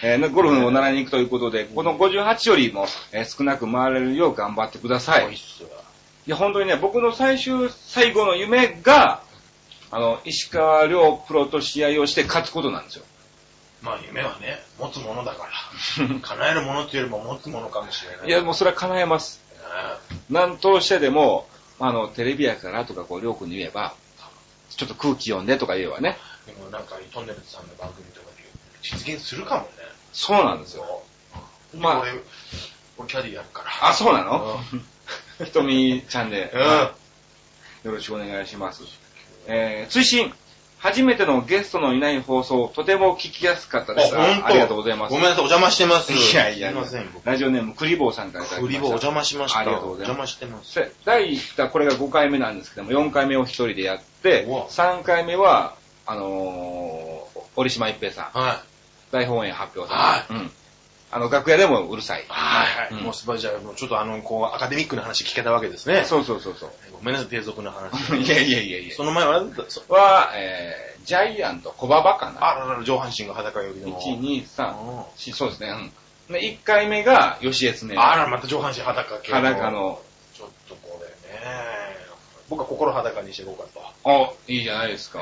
Speaker 1: えーゴルフを習いに行くということで、この58よりも、えー少なく回れるよう頑張ってください。
Speaker 2: いっすわ
Speaker 1: いや、本当にね、僕の最終、最後の夢が、あの、石川遼プロと試合をして勝つことなんですよ。
Speaker 2: まあ夢はね、持つものだ から。叶えるものっていうよりも持つものかもしれない。
Speaker 1: いや、もうそれは叶えます。
Speaker 2: ね
Speaker 1: 何としてでも、あの、テレビやからとか、こう、遼君に言えば、ちょっと空気読んでとか言えばね、
Speaker 2: でもなんか、トンネルズさんの番組とかで実現するかもね。
Speaker 1: そうなんですよ。
Speaker 2: そう。
Speaker 1: ま
Speaker 2: ま
Speaker 1: あ
Speaker 2: あ、俺、俺キャディやるから。
Speaker 1: あ、そうなの ひとみちゃんで、
Speaker 2: うん。
Speaker 1: よろしくお願いします。えー、追伸初めてのゲストのいない放送、とても聞きやすかったです。
Speaker 2: あ、ほんと。
Speaker 1: ありがとうございます。
Speaker 2: ごめんなさい、お邪魔してます。
Speaker 1: いやいや
Speaker 2: すいません、僕。
Speaker 1: ラジオネーム、クリボーさんからいただき
Speaker 2: ク
Speaker 1: まし
Speaker 2: リ
Speaker 1: た。
Speaker 2: ボーお邪魔しました。
Speaker 1: ありがとうございま
Speaker 2: お邪魔してます。
Speaker 1: せ第1回、これが5回目なんですけども、4回目を一人でやって
Speaker 2: うわ、
Speaker 1: 3回目は、あのー、折島一平さん、
Speaker 2: はい。
Speaker 1: 大本営発表
Speaker 2: は
Speaker 1: さん、うん。あの、楽屋でもうるさい。
Speaker 2: はい。
Speaker 1: うん
Speaker 2: もう素晴らしい。もうちょっとあの、こう、アカデミックな話聞けたわけですね。
Speaker 1: そうそうそう そう。
Speaker 2: ごめんなさい、低俗な話。
Speaker 1: いやいやいやいや
Speaker 2: そ。の前は、そ
Speaker 1: は、えー、ジャイアント、小馬場かな。
Speaker 2: あららら、上半身が裸よりの。
Speaker 1: 1、2、3、
Speaker 2: あ
Speaker 1: 4そうですね。うん。で、1回目が、吉江恒。
Speaker 2: あら、また上半身裸系。
Speaker 1: 裸。の、
Speaker 2: ちょっとこれね。僕は心裸にしていこうかと
Speaker 1: あ、いいじゃないですか。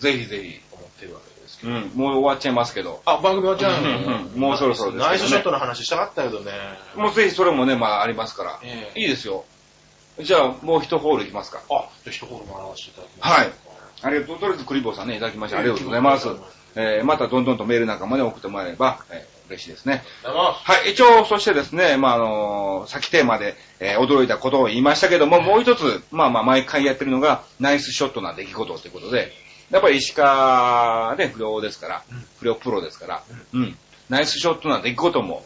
Speaker 1: ぜひぜひ。
Speaker 2: 思ってるわけですけ
Speaker 1: う
Speaker 2: ど。
Speaker 1: ん、もう終わっちゃいますけど。
Speaker 2: あ、番組終わっちゃう
Speaker 1: うん
Speaker 2: の
Speaker 1: うんもうそろそろですけどね
Speaker 2: ナイスショットの話したかったけどね。
Speaker 1: もうぜひそれもね、まあありますから。
Speaker 2: ええ
Speaker 1: いいですよ。じゃあ、もう一ホールいきますか。
Speaker 2: あ、じゃあ一言も表していただきます。
Speaker 1: はいありがとう。とりあえず、クリボーさんね、いただきまして、ありがとうございます
Speaker 2: ありがとうござい。
Speaker 1: えー、またどんどんとメールなんかもね、送ってもらえれば、えー嬉しいですね。
Speaker 2: どうも
Speaker 1: はい、一応、そしてですね、まあ、あのー、先テーマで、えー驚いたことを言いましたけども、もう一つ、まあまあ、毎回やってるのが、ナイスショットな出来事ということで、やっぱり石川で不良ですから
Speaker 2: うん、
Speaker 1: 不良プロですから、うん、ナイスショットな出来事も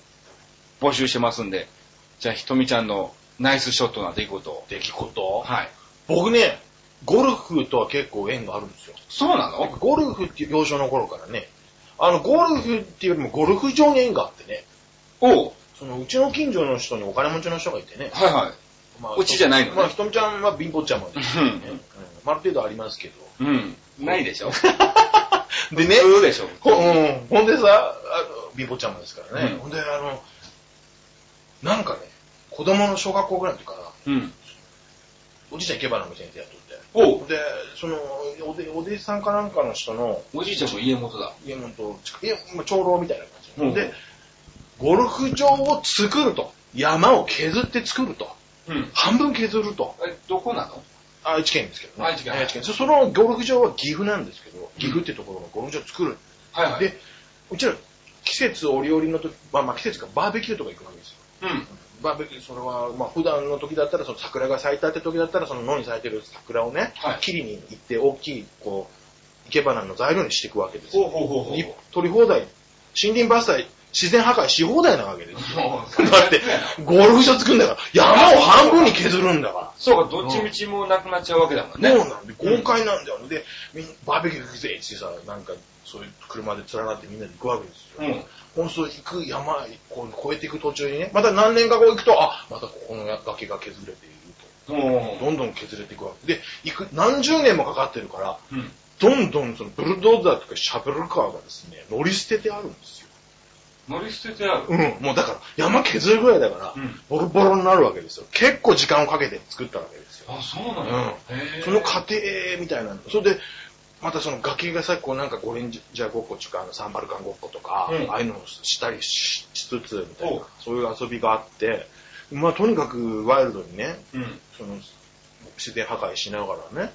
Speaker 1: 募集してますんで、じゃあ、ひとみちゃんのナイスショットな出来事を。
Speaker 2: 出来事
Speaker 1: はい。
Speaker 2: 僕ね、ゴルフとは結構縁があるんですよ。
Speaker 1: そうなの
Speaker 2: ゴルフっていう幼少の頃からね、あの、ゴルフっていうよりもゴルフ場に縁があってね、
Speaker 1: おう。
Speaker 2: そのうちの近所の人にお金持ちの人がいてね、
Speaker 1: はいは
Speaker 2: ま
Speaker 1: うちじゃないのね
Speaker 2: まあ、ひとみちゃんは貧乏ちゃんもね、
Speaker 1: うん
Speaker 2: うんまあある程度ありますけど。
Speaker 1: い。うん。ない でしょ
Speaker 2: でね、
Speaker 1: 普通でしょ
Speaker 2: ほ,、うん、ほんでさ、あの貧乏ちゃんもですからね、
Speaker 1: うん
Speaker 2: ほんで、あの、なんかね、子供の小学校ぐらいの時から、
Speaker 1: うん。
Speaker 2: おじいちゃんけばなみたいなやつやっとって、
Speaker 1: おう。
Speaker 2: で、その、おで、お弟子さんかなんかの人の、
Speaker 1: おじいちゃんも家元だ。
Speaker 2: 家元と近く、いや、まあ、長老みたいな
Speaker 1: う
Speaker 2: 感
Speaker 1: ん
Speaker 2: じ。で、ゴルフ場を作ると。山を削って作ると。
Speaker 1: うん。
Speaker 2: 半分削ると。
Speaker 1: え、どこなの
Speaker 2: 愛知県ですけどね。
Speaker 1: 愛知県
Speaker 2: 愛知県。そそのゴルフ場は岐阜なんですけど、岐阜ってところのゴルフ場を作る。
Speaker 1: はいはい。
Speaker 2: で、うちら季節折々の時、まあまあ季節かバーベキューとか行くわけですよ。
Speaker 1: うん。
Speaker 2: バーベキュー、それは、まあ普段の時だったら、その桜が咲いたって時だったら、その野に咲いてる桜をね、
Speaker 1: はい
Speaker 2: 切りに行って大きい、こう、生け花の材料にしていくわけですよ。
Speaker 1: ほうほう
Speaker 2: に取り放題、森林伐採、自然破壊し放題なわけです よ。
Speaker 1: もう
Speaker 2: だって、ゴルフ場作るんだから、山を半分に削るんだか
Speaker 1: そうか、どっちみちもうなくなっちゃうわけだもん
Speaker 2: ら。
Speaker 1: ね。
Speaker 2: そうなんで、豪快なんだよ。で、みんバーベキュー行くぜってさ、なんか、そういう車で連なってみんなで行くわけですよ。
Speaker 1: うん
Speaker 2: 本当行く山、こう越えていく途中にね、また何年か後行くと、あ、またここの崖が削れていると。
Speaker 1: も
Speaker 2: どんどん削れていくわけ。で、行く、何十年もかかってるから、
Speaker 1: う、うん。
Speaker 2: どんどんそのブルドーザーとかシャベルカーがですね、乗り捨ててあるんですよ。
Speaker 1: 乗り捨ててある。
Speaker 2: うん、もうだから山削るぐらいだから、
Speaker 1: うん
Speaker 2: ボロボロになるわけですよ。結構時間をかけて作ったわけですよ。
Speaker 1: あ、そうなの
Speaker 2: うん
Speaker 1: へー
Speaker 2: その過程みたいなの。それで、またその崖がさ、こうなんかゴレンジャーごっことか、あのサンバルカンごっことか、
Speaker 1: うん
Speaker 2: ああいうのをしたりししつつ、みたい
Speaker 1: お
Speaker 2: な
Speaker 1: う、
Speaker 2: そういう遊びがあって、まあとにかくワイルドにね、
Speaker 1: うん。
Speaker 2: その、自然破壊しながらね、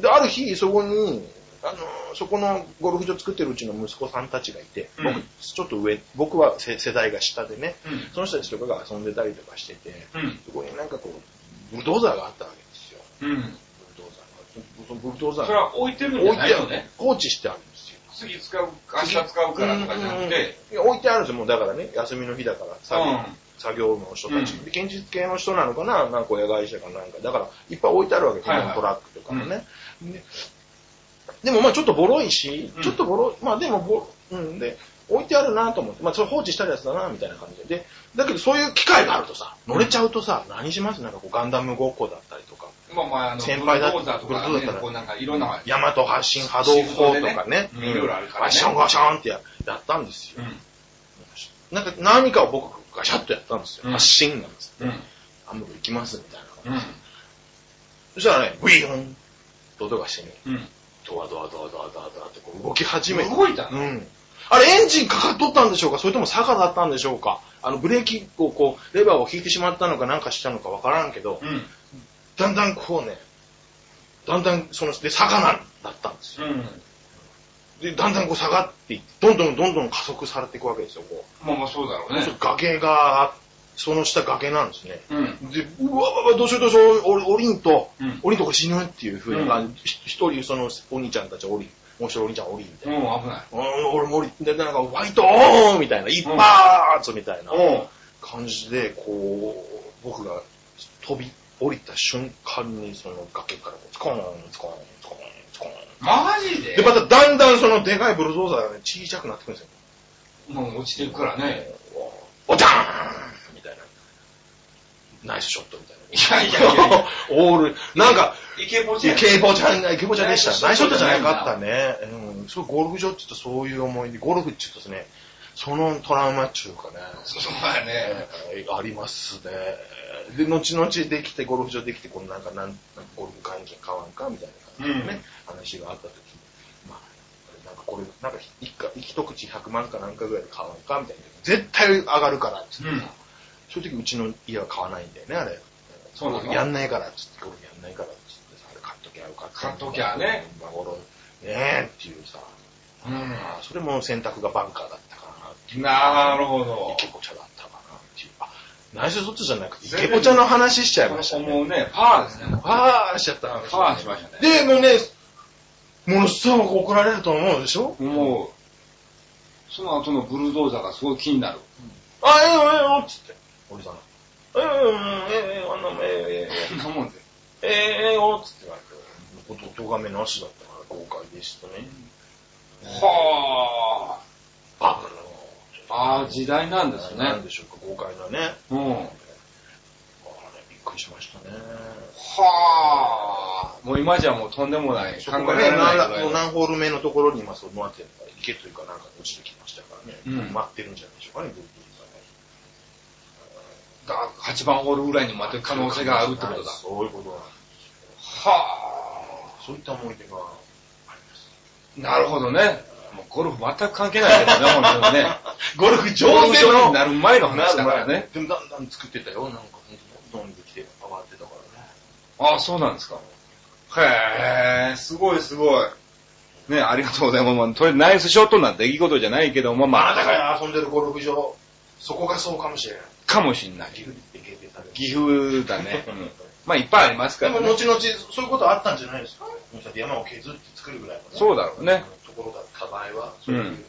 Speaker 2: で、ある日、そこに、あの、そこのゴルフ場作ってるうちの息子さんたちがいて、
Speaker 1: うん
Speaker 2: 僕、ちょっと上、僕は世世代が下でね、
Speaker 1: うん
Speaker 2: その人たちとかが遊んでたりとかしてて、
Speaker 1: うん
Speaker 2: そこになんかこう、ブルドーザーがあったわけですよ。
Speaker 1: うん。
Speaker 2: ブルドーザーが。そのブルドーザ
Speaker 1: そ
Speaker 2: ー
Speaker 1: れ
Speaker 2: が
Speaker 1: は置いてるんじ
Speaker 2: 置
Speaker 1: ゃ
Speaker 2: い
Speaker 1: ない
Speaker 2: てあ
Speaker 1: の
Speaker 2: る
Speaker 1: ね。
Speaker 2: 放置してあるんですよ。
Speaker 1: 次使う、明日使うからとかじゃなくて、
Speaker 2: いや置いてあるんですよ、もうだからね、休みの日だから、作業,、
Speaker 1: うん
Speaker 2: 作業の人たち、
Speaker 1: うん
Speaker 2: で建築系の人なのかな、なんか親会社かなんか、だからいっぱい置いてあるわけですよ、
Speaker 1: はいはい
Speaker 2: トラックとかもね。ででもまあちょっとボロいし
Speaker 1: うん、
Speaker 2: ちょっとボロ、まあでもボロ、うんで、置いてあるなと思って、まあそれ放置したやつだな、みたいな感じで。でだけどそういう機会があるとさ、乗れちゃうとさ、何しますなんかこうガンダムごっこだったりとか、
Speaker 3: まあまあ、あの、
Speaker 2: 先輩だ
Speaker 3: ブルドーザーとか
Speaker 2: ブルドーザーだった
Speaker 3: ね、
Speaker 2: ら
Speaker 3: こうなんかいろんな、
Speaker 2: ヤマト発進波動砲と
Speaker 3: シフ
Speaker 2: かね、
Speaker 3: トでねうんいろいろあるからね
Speaker 2: ガシャンガシャンってややったんですよ。
Speaker 3: う
Speaker 2: なんか何かを僕ガシャッとやったんですよ。
Speaker 3: うん
Speaker 2: 発進なんです。
Speaker 3: ん。うん。
Speaker 2: アムロ行きますみたいな。
Speaker 3: う
Speaker 2: そしたらね、ブイヨンと音がしてね、
Speaker 3: ん。
Speaker 2: ドワドワドワドワドワドワってこう動き始め
Speaker 3: うん。
Speaker 2: て。
Speaker 3: 動いた
Speaker 2: う
Speaker 3: の
Speaker 2: ん。あれエンジンかかっとったんでしょうかそれとも坂だったんでしょうかあのブレーキをこう、レバーを引いてしまったのかなんかしたのかわからんけど、
Speaker 3: うん。
Speaker 2: だんだんこうね、だんだんその、で、坂なんだったんですよ。
Speaker 3: うん。
Speaker 2: で、だんだんこう下がっていって、どんどんどんどん加速されていくわけですよ、こう。
Speaker 3: まあまあそうだろうね
Speaker 2: そ。う崖が、その下崖なんですね。
Speaker 3: うん。
Speaker 2: で、うわうわうわどうしようどうしよう、俺降りんと、
Speaker 3: うん
Speaker 2: 降りんとこれ死ぬっていう風な感じ、ひ一人そのお兄ちゃんたち降り、もう一人お兄ちゃん降りみたいな。
Speaker 3: もう危ない。
Speaker 2: うん、俺も降り、で、なんか、ワイトオーンみたいな、一発みたいな
Speaker 3: おう。
Speaker 2: 感じで、こう、僕が飛び降りた瞬間に、その崖からこう、ツコーン、ツコーン、ツコーン、ツコーン。
Speaker 3: マジで
Speaker 2: で、まただんだんそのでかいブルドーザーがね、小さくなってくるんですよ。
Speaker 3: もう落ちていくからね。
Speaker 2: おじゃーんみたいな。ナイスショットみたいな。
Speaker 3: いやいやいやいや
Speaker 2: オール、なんか、
Speaker 3: イケボ
Speaker 2: イケボじゃない、イケボじゃでした。ナ
Speaker 3: ナ
Speaker 2: イ
Speaker 3: イ
Speaker 2: ス
Speaker 3: スシ
Speaker 2: ショ
Speaker 3: ョッ
Speaker 2: ット
Speaker 3: ト
Speaker 2: じ
Speaker 3: じ
Speaker 2: ゃ
Speaker 3: ゃ
Speaker 2: な
Speaker 3: ない
Speaker 2: かったね。うん、そう、ゴルフ場って言うとそういう思い出、ゴルフって言うとね、そのトラウマっちゅうかね、
Speaker 3: そうだね。
Speaker 2: えーありますね。で、後々できて、ゴルフ場できて、このなんか、なんなんかゴルフ会議変わんかみたいな感じでね、話があった時に、まあ、なんかこれ、なんか一か一口100万かなんかぐらいで買わんかみたいな。絶対上がるからっつって、
Speaker 3: うん
Speaker 2: そういう時うちの家は買わないんだよね、あれ。
Speaker 3: そうなの
Speaker 2: やんないからっつって、ゴルフやんないからっつって、あれ買っときゃよかった。
Speaker 3: 買っときゃね。
Speaker 2: 今頃、ねえっていうさ、
Speaker 3: うん。
Speaker 2: それも選択がバンカーだったかなっていう。
Speaker 3: なるほど。
Speaker 2: 池子茶だったかなっていう。あ、内緒外じゃなくて、池子茶の話しちゃいましたね。
Speaker 3: もうね、パーですね。
Speaker 2: あーしちゃった
Speaker 3: パーしましたね。
Speaker 2: で、もうね、ものすごく怒られると思うでしょ
Speaker 3: もう、その後のブルドーザーがすごい気になる。
Speaker 2: あ、ええよ、ええよ、つって。俺さん。ええよ、ええよ、あんなもん、ええよ、ええよ、
Speaker 3: そんなもんで。
Speaker 2: ええええよ、つって言われて。音がめなしだったから豪快でしたね。
Speaker 3: は
Speaker 2: バブルの。
Speaker 3: あ。ああ、時代なんですね
Speaker 2: な。んでしょうか、豪快なね。
Speaker 3: うん。
Speaker 2: あれ、びっくりしましたね。
Speaker 3: はあ。もう今じゃもうとんでもない。
Speaker 2: そ
Speaker 3: 考
Speaker 2: こ
Speaker 3: えられ
Speaker 2: がね、
Speaker 3: ないぐ
Speaker 2: 何
Speaker 3: ら
Speaker 2: もう
Speaker 3: いの。
Speaker 2: 何ホール目のところに今、そう、待ってるから、池というかなんか落ちてきましたからね。
Speaker 3: うん
Speaker 2: 待ってるんじゃないでしょうかね、ブルーさんね。
Speaker 3: だ8番ホールぐらいに待ってる可能性があるってことだ。
Speaker 2: そういうことなん
Speaker 3: は
Speaker 2: そういった思い出があります。
Speaker 3: あ。なるほどね。もうゴルフ全く関係ないけどね、本当にね。
Speaker 2: ゴルフ上
Speaker 3: 上
Speaker 2: 手
Speaker 3: 手
Speaker 2: の
Speaker 3: になる前の話だからね。
Speaker 2: でもだんだん作ってたよ、なんか、どんどんできて上がってたからね。
Speaker 3: ああ、そうなんですか。
Speaker 1: へえ、すごいすごい。ね、ありがとうございますまあ。とりあえずナイスショットな出来事じゃないけども、
Speaker 2: まあ、
Speaker 1: ま
Speaker 2: あなたが遊んでるゴルフ場、そこがそうかもしれない。
Speaker 1: あ、かもしんない。
Speaker 2: ギフって経験される。
Speaker 1: 岐阜だね。うんまあ、いっぱいありますか
Speaker 2: で
Speaker 1: ら
Speaker 2: も、
Speaker 1: ね。
Speaker 2: 後々、そういうことあったんじゃないですか山を削って作るぐらいのね、
Speaker 1: そうだろうね。
Speaker 2: ところだった場合は、そういう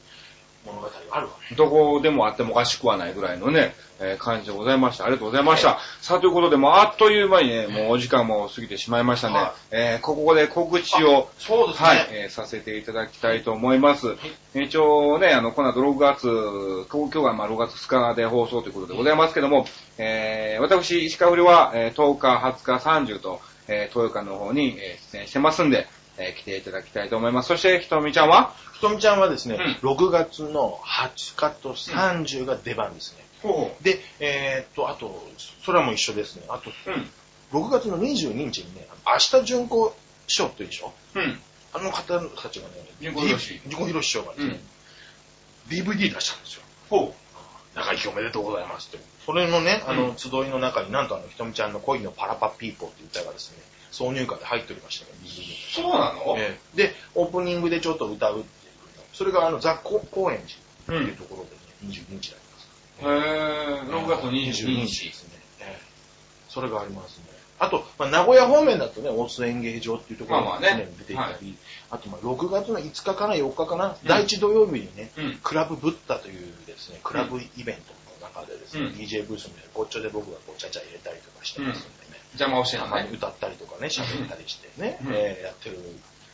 Speaker 2: 物語があるわね。
Speaker 1: どこでもあってもおかしくはないぐらいのね、えー感じでございました。ありがとうございました。さあ、ということで、もうあっという間にね、もうお時間も過ぎてしまいましたね。
Speaker 2: はい
Speaker 1: えーここで告知を、
Speaker 2: そうですね。
Speaker 1: はい、えーさせていただきたいと思います。一応ね、あの、この後6月、東京がまあ6月2日で放送ということでございますけども、えー私、石川不良は、えー10日、20日、30と、えー、豊川の方に、えー出演してますんで、えー来ていただきたいと思います。そして、ひとみちゃんは、
Speaker 2: ひとみちゃんはですね、6月の20日と30が出番ですね。
Speaker 3: ほ
Speaker 2: で、えーっと、あと、それはもう一緒ですね。あと、
Speaker 3: う。うん。
Speaker 2: 6月の22日にね、明日巡行師匠っていうでしょ
Speaker 3: うん。
Speaker 2: あの方たちがね、
Speaker 3: 順子博士
Speaker 2: 順子博士師匠がですね、DVD 出したんですよ。
Speaker 3: ほ
Speaker 2: 長生きおめでとうございますって。それのね、あの、集いの中になんとあの、ひとみちゃんの恋のパラパピーポーっていう歌がですね、挿入歌で入っておりましたね、DVD に
Speaker 3: う。そうなの
Speaker 2: ええで、オープニングでちょっと歌うっていうの。それがあの、ザ・コ高円寺っていうところでね、22日だ
Speaker 3: へえ、6月22日。
Speaker 2: ですね。ええそれがありますね。あと、まあ、名古屋方面だとね、大津演芸場っていうところ
Speaker 3: まあ
Speaker 2: が、
Speaker 3: まあね
Speaker 2: 出ていたり、あとまあ6月の5日から4日かな、第1土曜日にね、
Speaker 3: うん
Speaker 2: クラブブッダというですね、クラブイベントの中でですね、
Speaker 3: うん
Speaker 2: DJ ブースみたいなごっちゃで僕がごちゃちゃ入れたりとかしてますんでね、
Speaker 3: 邪魔をしてるの
Speaker 2: はい
Speaker 3: ね。
Speaker 2: 歌ったりとかね、喋ったりしてね、
Speaker 3: うん
Speaker 2: えーやってる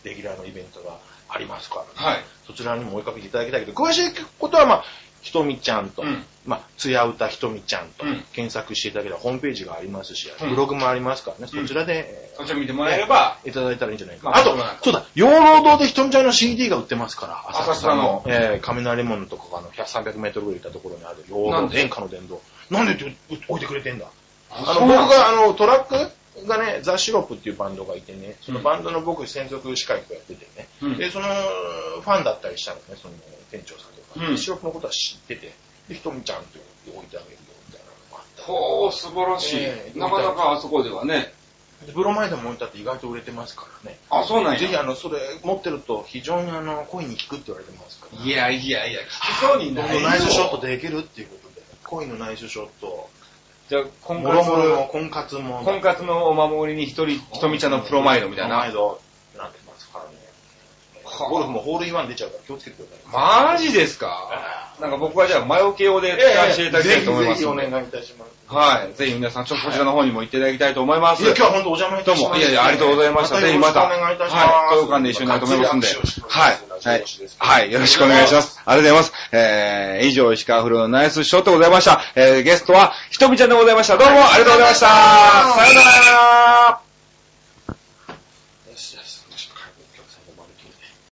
Speaker 2: レギュラーのイベントがありますから、ね
Speaker 3: はい。
Speaker 2: そちらにも追いかけていただきたいけど、詳しいことは、まあ、ひとみちゃんと、
Speaker 3: うん
Speaker 2: まあ、つやうたひとみちゃんと
Speaker 3: うん
Speaker 2: 検索していただけたらホームページがありますし、
Speaker 3: うん
Speaker 2: ブログもありますからね、
Speaker 3: うん
Speaker 2: そちらで、
Speaker 3: そちら見てもらえれば、
Speaker 2: えーいただいたらいいんじゃないかな。
Speaker 3: まあ
Speaker 2: あと
Speaker 3: そうなんだ、
Speaker 2: そうだ、養老堂でひとみちゃんの CD が売ってますから、
Speaker 3: 浅草の
Speaker 2: えー、雷門のとかがあの、100、300メートルぐらい行ったところにある養
Speaker 3: な
Speaker 2: 老
Speaker 3: ん
Speaker 2: 堂、
Speaker 3: で
Speaker 2: 殿下の殿堂。なんでってうう置いてくれてんだあ
Speaker 3: あ
Speaker 2: の、僕が、あの、トラックがね、ザ・シロップっていうバンドがいてね、そのバンドの僕、専属司会とかやっててね、
Speaker 3: うん
Speaker 2: で、その、ファンだったりしたのね、その、店長さんとか、
Speaker 3: うん
Speaker 2: シロップのことは知ってて、で、ひとみちゃんって置いてあげるよ、みたいなのがあった。
Speaker 3: ほう、素晴らしい、
Speaker 2: ええ
Speaker 3: なかなかあそこではね。
Speaker 2: で、ブロマイドも置いてあって意外と売れてますからね。
Speaker 3: あ、そうなん
Speaker 2: ぜひ、
Speaker 3: や。
Speaker 2: あの、それ持ってると、非常にあの、恋に効くって言われてますから。
Speaker 3: いやいやいや、聞きそうに
Speaker 2: 僕
Speaker 3: ない
Speaker 2: の
Speaker 3: よ
Speaker 2: ナイスショットできるっていうことで、恋のナイスショット、
Speaker 1: じゃあ、婚
Speaker 2: もろ
Speaker 1: 活
Speaker 2: もろの
Speaker 1: の、
Speaker 2: 婚活も、
Speaker 1: 婚活のお守りに一人、ひとみちゃんのプロマイドみたい
Speaker 2: プロマ
Speaker 1: な
Speaker 2: イ。ドになってますからね。ゴルフもホールインワン出ちゃうから気をつけてください。
Speaker 1: マジですかなんか僕はじゃあ、前置き用で使わせていただきたいと思いま
Speaker 2: ぜひ
Speaker 1: す
Speaker 2: ぜ
Speaker 1: の
Speaker 2: ひ
Speaker 1: で。
Speaker 2: お願いいたします。
Speaker 1: はい。ぜひ皆さん、ちょっとこちらの方にも行っていただきたいと思います。
Speaker 2: いや今日は本当お邪魔いたしました。
Speaker 1: どうもいやいやありがとうございました
Speaker 2: よろしくお願いいたします。
Speaker 1: はい。当館で一緒になると思いますんで。
Speaker 2: 活躍しており
Speaker 1: はい
Speaker 2: ます。
Speaker 1: はい。はい。よろしくお願いしま。す。ありがとうございます。えー、以上、石川フルのナイスショットでございました。えー、ゲストは、ひとみちゃんでございました。どうもありがとうございました。さようなら。